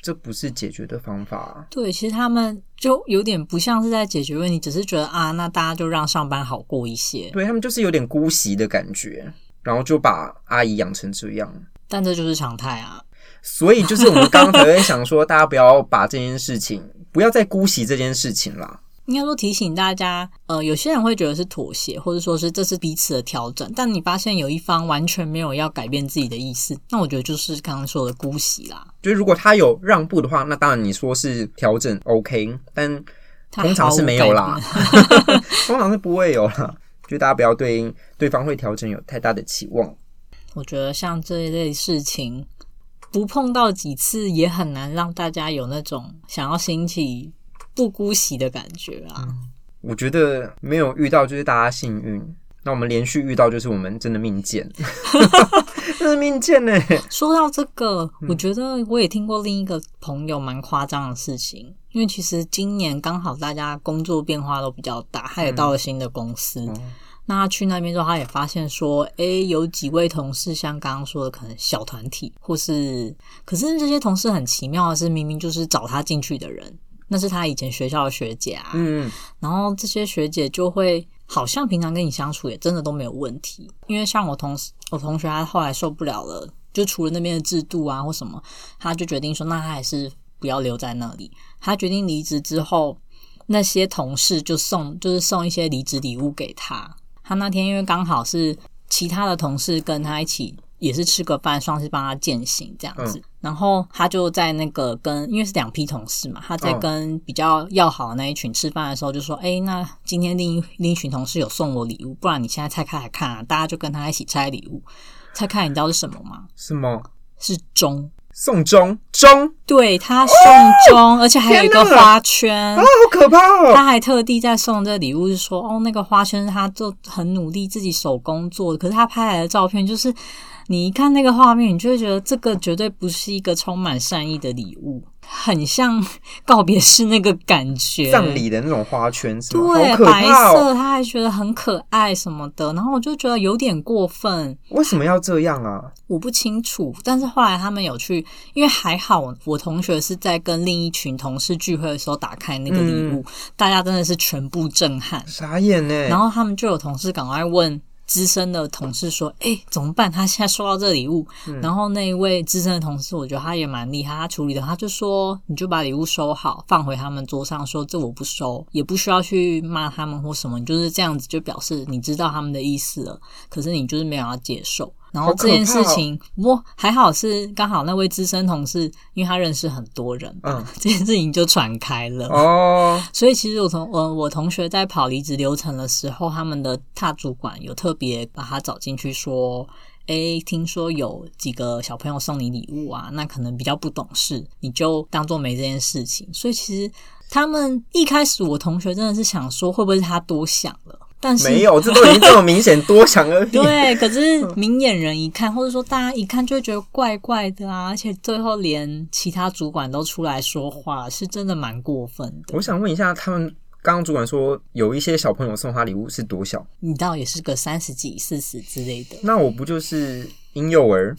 A: 这不是解决的方法、啊。
B: 对，其实他们就有点不像是在解决问题，只是觉得啊，那大家就让上班好过一些。
A: 对他们就是有点姑息的感觉，然后就把阿姨养成这样。
B: 但这就是常态啊。
A: 所以就是我们刚刚才会想说，大家不要把这件事情，不要再姑息这件事情啦。
B: 应该说提醒大家，呃，有些人会觉得是妥协，或者说是这是彼此的调整，但你发现有一方完全没有要改变自己的意思，那我觉得就是刚刚说的姑息啦。
A: 就是如果他有让步的话，那当然你说是调整 OK，但
B: 他
A: 通常是没有啦
B: 毫无改变，
A: [laughs] 通常是不会有啦。就大家不要对对方会调整有太大的期望。
B: 我觉得像这一类事情，不碰到几次也很难让大家有那种想要兴起不姑息的感觉啊。
A: 我觉得没有遇到就是大家幸运，那我们连续遇到就是我们真的命
B: [laughs]
A: 贱，真的命贱呢、
B: 说到这个，我
A: 嗯
B: 觉得我也听过另一个朋友蛮夸张的事情，因为其实今年刚好大家工作变化都比较大，他也到了新的公司。
A: 嗯哦
B: 那他去那边之后，他也发现说，诶，有几位同事像刚刚说的，可能小团体或是，可是这些同事很奇妙的是，明明就是找他进去的人，那是他以前学校的学姐啊，
A: 嗯，
B: 然后这些学姐就会好像平常跟你相处也真的都没有问题，因为像我同事，我同学他后来受不了了，就除了那边的制度啊或什么，他就决定说，那他还是不要留在那里。他决定离职之后，那些同事就送就是送一些离职礼物给他。他那天因为刚好是其他的同事跟他一起。也是吃个饭，算是帮他践行这样子。然后他就在那个跟，因为是两批同事嘛，他在
A: 嗯
B: 跟比较要好的那一群吃饭的时候，就说：“哎、那今天另一另一群同事有送我礼物，不然你现在拆开来看啊！”大家就跟他一起拆礼物，拆开你知道是什么吗？
A: 什么
B: 是钟，
A: 送钟钟
B: [laughs]
A: 啊，
B: 对他送钟，而且还有一个
A: 哦天哪
B: 花圈。
A: 好可怕哦！
B: 他还特地在送这个礼物，是说哦，那个花圈是他做很努力自己手工做的，可是他拍来的照片，就是你一看那个画面，你就会觉得这个绝对不是一个充满善意的礼物，很像告别式那个感觉。
A: 葬礼的那种花圈是吗？好
B: 对，
A: 可
B: 白
A: 怕哦！
B: 色，他还觉得很可爱什么的，然后我就觉得有点过分，
A: 为什么要这样啊？
B: 我不清楚，但是后来他们有去，因为还好我我同学是在跟另一群同事聚会的时候打开那个礼物，大家真的是全部震撼，
A: 傻眼呢、
B: 然后他们就有同事赶快问资深的同事说：“哎、怎么办？他现在收到这礼物。
A: 嗯
B: 然后那一位资深的同事，我觉得他也蛮厉害，他处理的，他就说：“你就把礼物收好，放回他们桌上，说这我不收，也不需要去骂他们或什么，你就是这样子就表示你知道他们的意思了，可是你就是没有要接
A: [laughs]
B: 受。”然后
A: 好可
B: 这件事
A: 怕哦
B: 情，不过还好是刚好那位资深同事，因为他认识很多人，
A: 嗯，
B: [laughs] 这件事情就传开了。
A: 哦，
B: 所以其实我同我我同学在跑离职流程的时候，他们的大主管有特别把他找进去说。诶，听说有几个小朋友送你礼物啊，那可能比较不懂事，你就当做没这件事情。所以其实他们一开始，我同学真的是想说，会不会是他多想了？但 [laughs] 是
A: 没有，这都已经这么明显，多想而已。[laughs]
B: [laughs] 对，可是明眼人一看，或者说大家一看就会觉得怪怪的啊，而且最后连其他主管都出来说话，是真的蛮过分的。
A: 我想问一下，他们刚刚主管说有一些小朋友送他礼物是多小？
B: 你倒也是个三十几、四十之类的。
A: 那我不就是婴幼
B: [laughs]
A: 儿？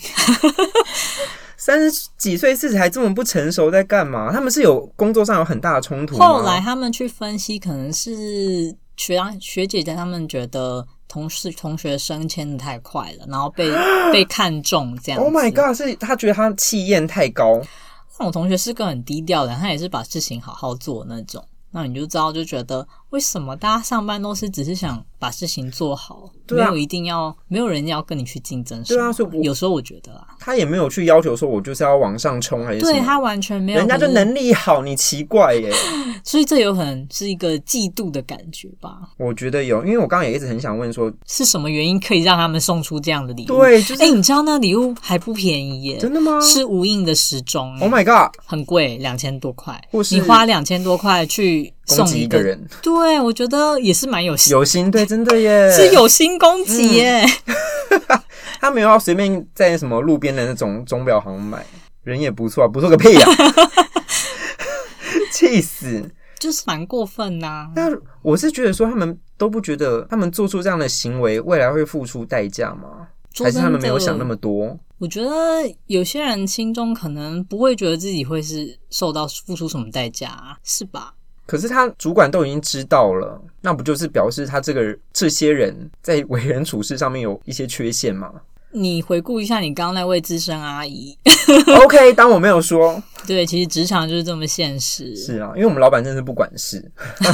A: 三十几岁、四十还这么不成熟，在干嘛？他们是有工作上有很大的冲突吗
B: 后来他们去分析，可能是学长学姐姐他们觉得同事同学升迁的太快了，然后
A: [gasps]
B: 被被看中这样子。
A: ，Oh my god！是他觉得他气焰太高，
B: 那我同学是个很低调的人，他也是把事情好好做的那种。那你就知道，就觉得为什么大家上班都是只是想把事情做好，
A: 对啊
B: 没有一定要没有人要跟你去竞争什
A: 对
B: 么。
A: 啊所以我
B: 有时候我觉得啊，
A: 他也没有去要求说我就是要往上冲还是什
B: 对
A: 么。
B: 他完全没有，
A: 人家就
B: 可是，
A: 能力好，你奇怪
B: [laughs]
A: 耶？
B: 所以这有可能是一个嫉妒的感觉吧。
A: 我觉得有，因为我刚刚也一直很想问说，
B: 是什么原因可以让他们送出这样的礼物？，
A: 对，就是、
B: 哎、你知道那礼物还不便宜耶，
A: 真的吗
B: 是无印的时钟哎、
A: ？Oh my god！
B: 很贵，两千多块
A: 或，是
B: 你花两千多块去
A: 攻
B: 送
A: 击一
B: 个
A: 个，人，
B: 对我觉得也是蛮有心，
A: 有心
B: [laughs]
A: 对，真的耶，
B: 是有心攻击耶。
A: 嗯他没有要随便在什么路边的那种钟表行买，人也不错、啊，不错个屁呀、
B: [laughs]
A: 啊！气死！
B: [laughs] 就是蛮过分呐、
A: 那我是觉得说，他们都不觉得他们做出这样的行为，未来会付出代价吗？还是他们没有
B: 说真的
A: 想那么多？
B: 我觉得有些人心中可能不会觉得自己会是受到付出什么代价、啊，是吧？
A: 可是他主管都已经知道了，那不就是表示他这个这些人在为人处事上面有一些缺陷吗 [laughs]
B: 你回顾一下你刚刚那位资深阿姨， [laughs]
A: ？OK，当我没有说，
B: 对，其实职场就是这么现实。
A: 是啊，因为我们老板真的是不管事， [laughs]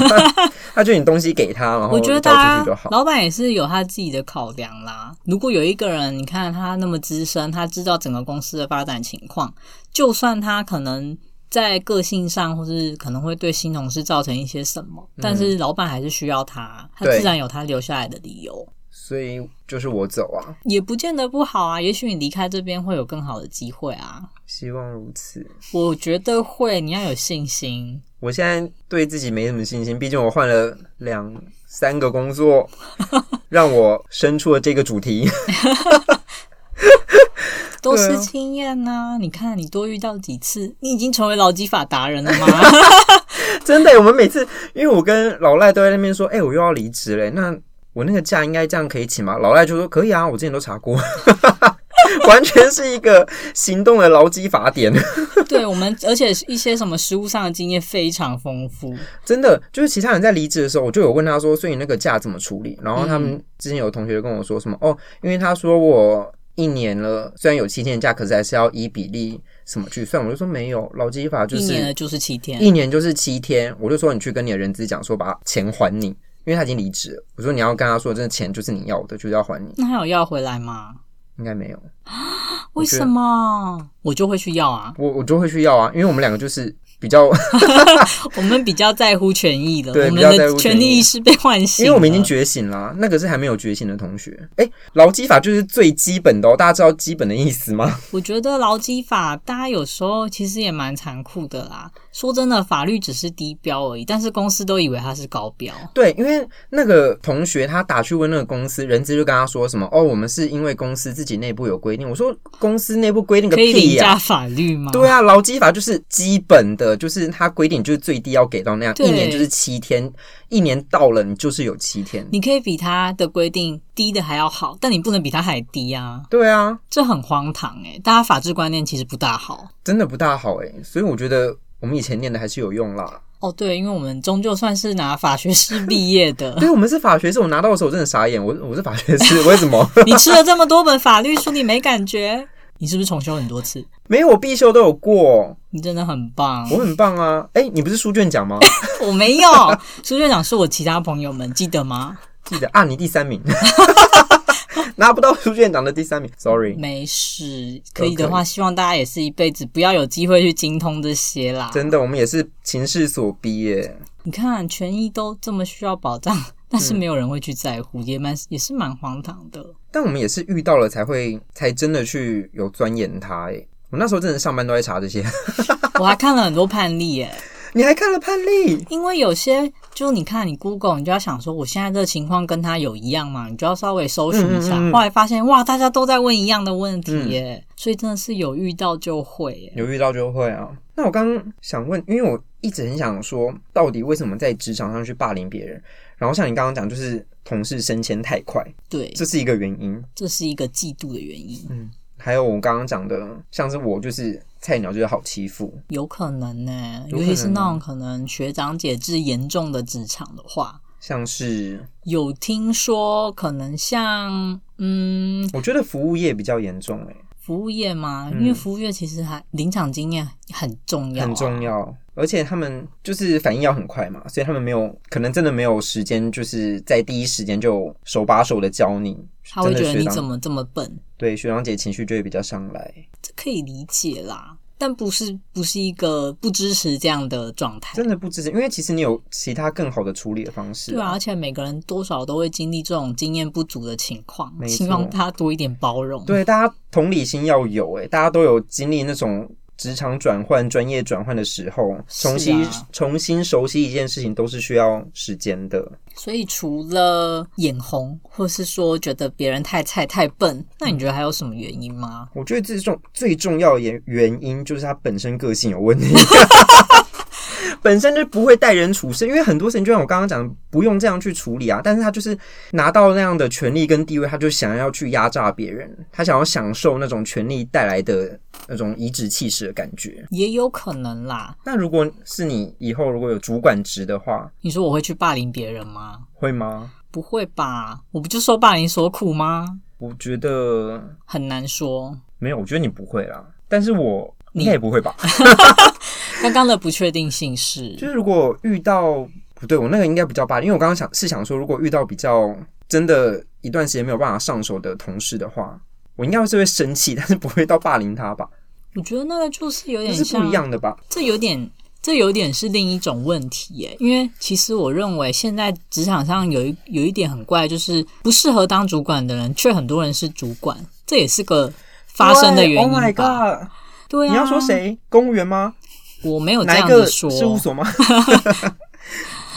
A: 他觉得你东西给他，然后
B: 我觉得
A: 交出去
B: 大
A: 就
B: 家
A: 好。
B: 老板也是有他自己的考量啦。如果有一个人，你看他那么资深，他知道整个公司的发展情况，就算他可能在个性上，或是可能会对新同事造成一些什么，但是老板还是需要他，他
A: 嗯对
B: 自然有他留下来的理由，
A: 所以就是我走啊，
B: 也不见得不好啊。也许你离开这边会有更好的机会啊，
A: 希望如此。
B: 我觉得会，你要有信心。
A: 我现在对自己没什么信心，毕竟我换了两三个工
B: [laughs]
A: 作，让我生出了这个主题。
B: 都
A: 对
B: 是
A: 啊
B: 经验呐、你看你多遇到几次，你已经成为劳基法达人了吗？
A: [laughs] 真的，我们每次因为我跟老赖都在那边说，哎、我又要离职嘞，那我那个假应该这样可以请吗？老赖就说可以啊，我之前都查过， [laughs] 完全是一个行动的劳基法典。
B: [laughs] 对我们，而且一些什么食物上的经验非常丰富。
A: 真的，就是其他人在离职的时候，我就有问他说，所以你那个假怎么处理？然后他们之前有同学就跟我说什么，哦，因为他说我一年了，虽然有七天假，可是还是要依比例什么去算。我就说没有，劳基法就
B: 一
A: 是
B: 年了就是七天，
A: 一年就是七天，我就说你去跟你的人资讲说把钱还你，因为他已经离职了。我说你要跟他说，真的钱就是你要的，就是要还你，
B: 那还有要回来吗？
A: 应该没有，我
B: 为
A: 觉得
B: 什么？我就会去要
A: [laughs]
B: 啊，
A: 我我就会去要啊，因为我们两个就是比
B: [laughs]
A: 较， [laughs]
B: 我们比较在乎权益了，
A: 对
B: 我们
A: 比较在
B: 的
A: 乎权益
B: 权利意识被唤醒
A: 因
B: 了，
A: 为我们已经觉醒啦、那个是还没有觉醒的同学。哎、劳基法就是最基本的哦，大家知道基本的意思
B: [laughs]
A: 吗？
B: 我觉得劳基法大家有时候其实也蛮残酷的啦。说真的，法律只是低标而已，但是公司都以为它是高标。
A: 对，因为那个同学他打去问那个公司，人资就跟他说什么哦，我们是因为公司自己内部有规定。我说公司内部规定个
B: 可以凌
A: 屁呀、
B: 驾法律吗？
A: 对啊，劳基法就是基本的，就是它规定就是最低要给到那样，
B: 对
A: 一年就是七天，一年到了你就是有七天。
B: 你可以比它的规定低的还要好，但你不能比它还低啊，
A: 对啊，
B: 这很荒唐诶、大家法治观念其实不大好。
A: 真的不大好诶、所以我觉得我们以前念的还是有用啦。
B: 哦，对，因为我们终究算是拿法学士毕业的。
A: [laughs] 对，我们是法学士，我拿到的时候我真的傻眼，我我是法学士，为什么？ [laughs]
B: 你吃了这么多本法律书，你没感觉？你是不是重修很多次？
A: 没有，我必修都有过，
B: 你真的很棒
A: 我。很棒啊！哎、你不是书卷奖吗？
B: 我没有，苏院长是我其他朋友们记得吗？
A: 记得啊，你第三名， [laughs] 拿不到书卷奖的第三名，sorry，
B: 没事，
A: 都
B: 可以的
A: 可以
B: 话，希望大家也是一辈子不要有机会去精通这些啦。
A: 真的，我们也是情势所逼耶、
B: 你看，权益都这么需要保障，但是没有人会去在乎，也蛮也是蛮荒唐的。
A: 但我们也是遇到了才会才真的去有钻研它。哎，我那时候真的上班都在查这些。 [laughs]
B: 我还看了很多判例耶，
A: 你还看了判例？
B: 因为有些就你看你 Google，你就要想说我现在这个情况跟他有一样嘛，你就要稍微搜寻一下。
A: 嗯嗯嗯嗯
B: 后来发现哇，大家都在问一样的问题耶，所以真的是有遇到就会耶。
A: 有遇到就会啊。那我刚刚想问，因为我一直很想说，到底为什么在职场上去霸凌别人？然后像你刚刚讲，就是同事升迁太快，
B: 对，
A: 这是一个原因。
B: 这是一个嫉妒的原因，
A: 还有我刚刚讲的，像是我就是菜鸟，就是好欺负。
B: 有可能呢，
A: 有可能
B: 尤其是那种
A: 哦
B: 可能学长姐制严重的职场的话。
A: 像是
B: 有听说，可能像嗯，
A: 我觉得服务业比较严重、欸，
B: 服务业吗？
A: 嗯
B: 因为服务业其实还临场经验很重要、啊
A: 很重。要，而且他们就是反应要很快嘛，所以他们没有可能真的没有时间，就是在第一时间就手把手的教你。
B: 他会
A: 真
B: 觉
A: 的学
B: 得你
A: 长
B: 怎么哎这么笨，
A: 对学长姐情绪就会比较上来。
B: 这可以理解啦，但不是不是一个不支持这样的状态
A: 真。的啊不支持，因为其实你有其他更好的处理的方式、
B: 对啊，而，且每个人多少都会经历这种经验不足的情况，
A: 没错
B: 希望大家多一点包容。，
A: 对大家同理心要有、欸，大家都有经历那种。职场转换、专业转换的时候，
B: 是啊
A: 重新、重新熟悉一件事情都是需要时间的。
B: 所以除了眼红，或是说觉得别人太菜太笨，那你觉得还有什么原因吗？
A: 我觉得最重最重要的原原因就是他本身个性有问题。本身就不会待人处事，因为很多事情就像我刚刚讲的，不用这样去处理啊。但是他就是拿到那样的权利跟地位，他就想要去压榨别人，他想要享受那种权利带来的那种颐指气使的感觉。
B: 也有可能啦。
A: 那如果是你以后如果有主管职的话，
B: 你说我会去霸凌别人吗？
A: 会吗？
B: 不会吧，我不就受霸凌所苦吗？
A: 我觉得
B: 很难说。
A: 没有，我觉得你不会啦。但是我
B: 你
A: 应该也不会吧？
B: 刚刚的不确定性，
A: 就是是如果遇到不对，我那个应该不叫霸凌，因为我刚刚想是想说，如果遇到比较真的一段时间没有办法上手的同事的话，我应该是会生气，但是不会到霸凌他吧？
B: 我觉得那个就是有
A: 这
B: 点
A: 是不
B: 像
A: 一样的吧？
B: 这有点，这有点是另一种问题耶。因为其实我认为现在职场上有一有一点很怪，就是不适合当主管的人，却很多人是主管，这也是个发生的原
A: 对
B: 因吧。
A: Oh my god！、
B: 对啊，
A: 你要说？谁？公务员吗？
B: 我没有这
A: 哪一
B: 样
A: 个
B: 子说，
A: 事务所吗？
B: [laughs]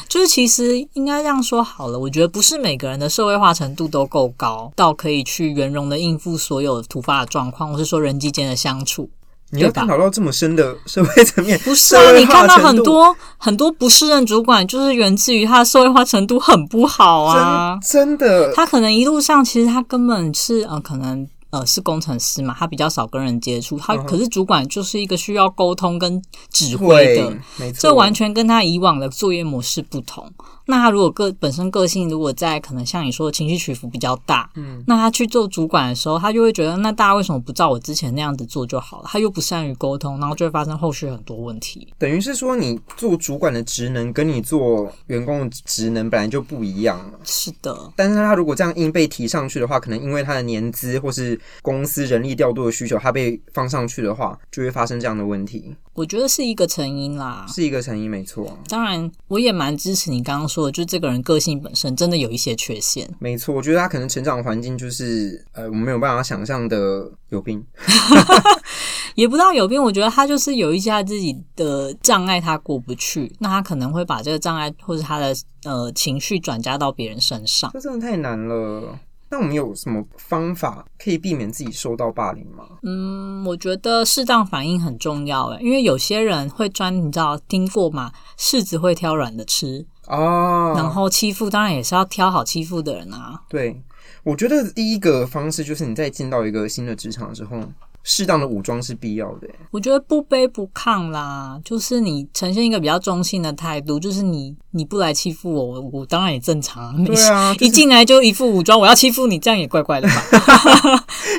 B: 就是其实应该这样说好了。我觉得不是每个人的社会化程度都够高，到可以去圆融的应付所有突发的状况，或是说人际间的相处。
A: 你要
B: 对吧
A: 探讨到这么深的社会层面，
B: 不是
A: 社
B: 啊，
A: 会
B: 你
A: 化
B: 看到
A: 程
B: 很
A: 度
B: 多很多不适任主管，就是源自于他的社会化程度很不好啊。
A: 真真的
B: 他可能一路上其实他根本是呃，可能呃是工程师嘛，他比较少跟人接触。他、
A: 嗯哼
B: 可是主管就是一个需要沟通跟指挥
A: 会
B: 的，，
A: 没错，
B: 这完全跟他以往的作业模式不同。那他如果个本身个性如果在可能像你说的情绪起伏比较大，
A: 嗯，
B: 那他去做主管的时候，他就会觉得那大家为什么不照我之前那样子做就好了？他又不善于沟通，然后就会发生后续很多问题。
A: 等于是说，你做主管的职能跟你做员工的职能本来就不一样了。
B: 是的，
A: 但是他如果这样硬被提上去的话，可能因为他的年资或是公司人力调度的需求，他被放上去的话，就会发生这样的问题，
B: 我觉得是一个成因啦。
A: 是一个成因，没错，
B: 当然，我也蛮支持你刚刚说的，就是这个人个性本身真的有一些缺陷。
A: 没错。我觉得他可能成长环境就是呃，我们没有办法想象的有病，
B: 也不知道有病，我觉得他就是有一些他自己的障碍，他过不去，那他可能会把这个障碍或者他的呃情绪转嫁到别人身上。
A: 这真的太难了。那我们有什么方法可以避免自己受到霸凌吗？
B: 嗯，我觉得适当反应很重要诶，因为有些人会钻，你知道听过吗？柿子会挑软的吃，
A: 哦，
B: 然后欺负当然也是要挑好欺负的人啊。
A: 对，我觉得第一个方式就是你在进到一个新的职场之后，适当的武装是必要的。
B: 我觉得不卑不亢啦，就是你呈现一个比较中性的态度，就是你你不来欺负我，我我当然也正常啊，没
A: 对
B: 事。
A: 啊，
B: 一进来就一副武装，我要欺负你，这样也怪怪
A: [laughs]
B: 的吧？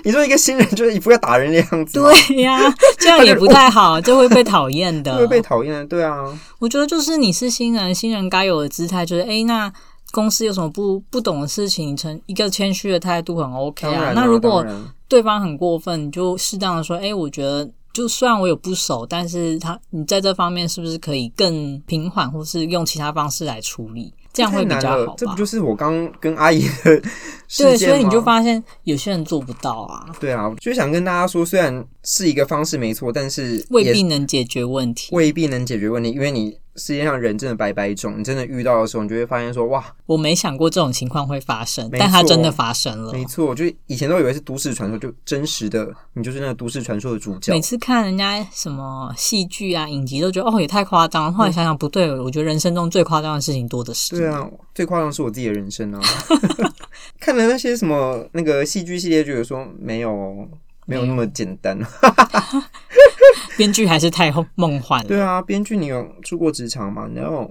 A: 你说一个新人就是一副要打人的样子吗，
B: 对呀、 [laughs] 这样也不太好，就会被讨厌
A: 就
B: 的
A: 哎 [laughs] 会。被讨厌的。对啊，
B: 我觉得就是你是新人，新人该有的姿态就是，诶，那公司有什么不不懂的事情，成一个谦虚的态度很 OK
A: 当然
B: 啊。
A: 啊、
B: 那如果
A: 当然
B: 对方很过分，你就适当的说，诶，我觉得。就虽然我有不熟，但是他你在这方面是不是可以更平缓，或是用其他方式来处理，这样
A: 太
B: 会比
A: 难
B: 较
A: 了
B: 好，
A: 这不
B: 吧
A: 就？是我刚跟阿
B: [laughs]
A: 姨的事
B: 对，
A: 件
B: 所以你就
A: 吗
B: 发现有些人做不到啊，
A: 对啊，就想跟大家说，虽然是一个方式没错，但是
B: 未
A: 也
B: 必能解决问题。
A: 未必能解决问题，因为你世界上人真的百百种，你真的遇到的时候，你就会发现说，哇，
B: 我没想过这种情况会发生，
A: 没
B: 但它
A: 错
B: 真的发生了。
A: 没错，就以前都以为是都市传说，就真实的，你就是那个都市传说的主角
B: 每。次看人家什么戏剧啊、影集，都觉得哦也太夸张了。后来想想不对，我觉得人生中最夸张的事情多的是。
A: 对，啊，最夸张是我自己的人生啊！看了那些什么那个戏剧系列，觉得说没有哦，没有那么简单。
B: [laughs]
A: 哦
B: 编剧还是太梦幻了。
A: 对啊，编剧你有出过职场吗？No，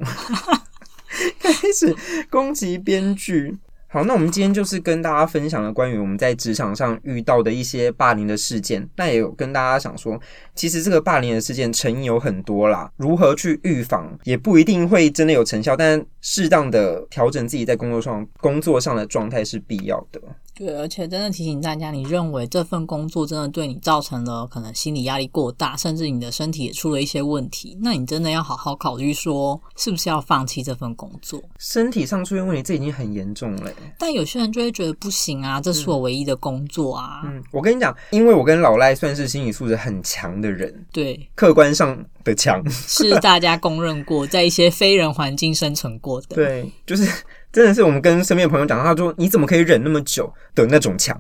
A: 开始攻击编剧。好，那我们今天就是跟大家分享了关于我们在职场上遇到的一些霸凌的事件。那也有跟大家想说，其实这个霸凌的事件成因有很多啦，如何去预防也不一定会真的有成效，但适当的调整自己在工作上工作上的状态是必要的。
B: 对，而且真的提醒大家，你认为这份工作真的对你造成了可能心理压力过大，甚至你的身体也出了一些问题，那你真的要好好考虑说是不是要放弃这份工作。
A: 身体上出现问题，这已经很严重了欸、
B: 但有些人就会觉得不行啊，这是我唯一的工作啊。
A: 嗯，我跟你讲，因为我跟老赖算是心理素质很强的人，
B: 对，
A: 客观上的强。
B: 是大家公认过，在一些非人环境生存过的。
A: [laughs] 对，就是真的是我们跟身边的朋友讲，他说你怎么可以忍那么久的那种强，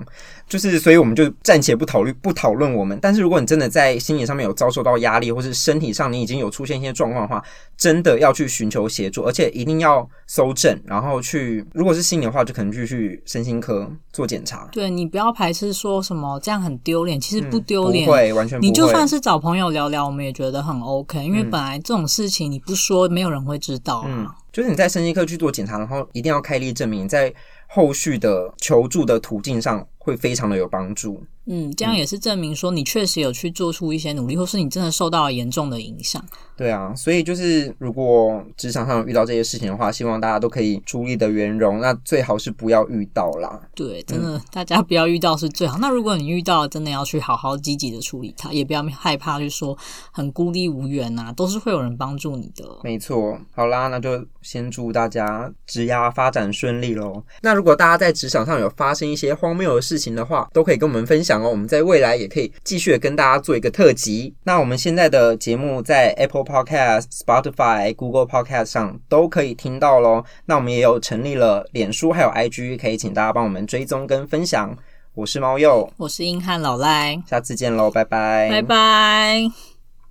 A: 就是所以我们就暂且不讨论不讨论我们，但是如果你真的在心理上面有遭受到压力，或是身体上你已经有出现一些状况的话，真的要去寻求协助，而且一定要搜证，然后去如果是心理的话，就可能就去身心科做检查。
B: 对你不要排斥说什么这样很丢脸，其实
A: 嗯
B: 不丢脸
A: 不，会完全不会。
B: 你就算是找朋友聊聊，我们也觉得很 OK，因为
A: 嗯
B: 本来这种事情你不说，没有人会知道啊。
A: 嗯，就是你在身心科去做检查，然后一定要开立证明，你在后续的求助的途径上会非常的有帮助。
B: 嗯，这样也是证明说你确实有去做出一些努力，或是你真的受到了严重的影响。
A: 对啊，所以就是如果职场上有遇到这些事情的话，希望大家都可以处理的圆融，那最好是不要遇到啦。
B: 对，真
A: 嗯
B: 的、大家不要遇到是最好。那如果你遇到了，真的要去好好积极的处理它，也不要害怕去说很孤立无援啊，都是会有人帮助你的。哦
A: 没错，好啦，那就先祝大家职涯发展顺利喽。那如果大家在职场上有发生一些荒谬的事情的话，都可以跟我们分享哦。我们在未来也可以继续地跟大家做一个特辑。那我们现在的节目在 Apple Podcast、Spotify、Google Podcast 上都可以听到喽。那我们也有成立了脸书还有 IG，可以请大家帮我们追踪跟分享。我是猫鼬，
B: 我是硬汉老赖，
A: 下次见喽，拜拜，
B: 拜拜。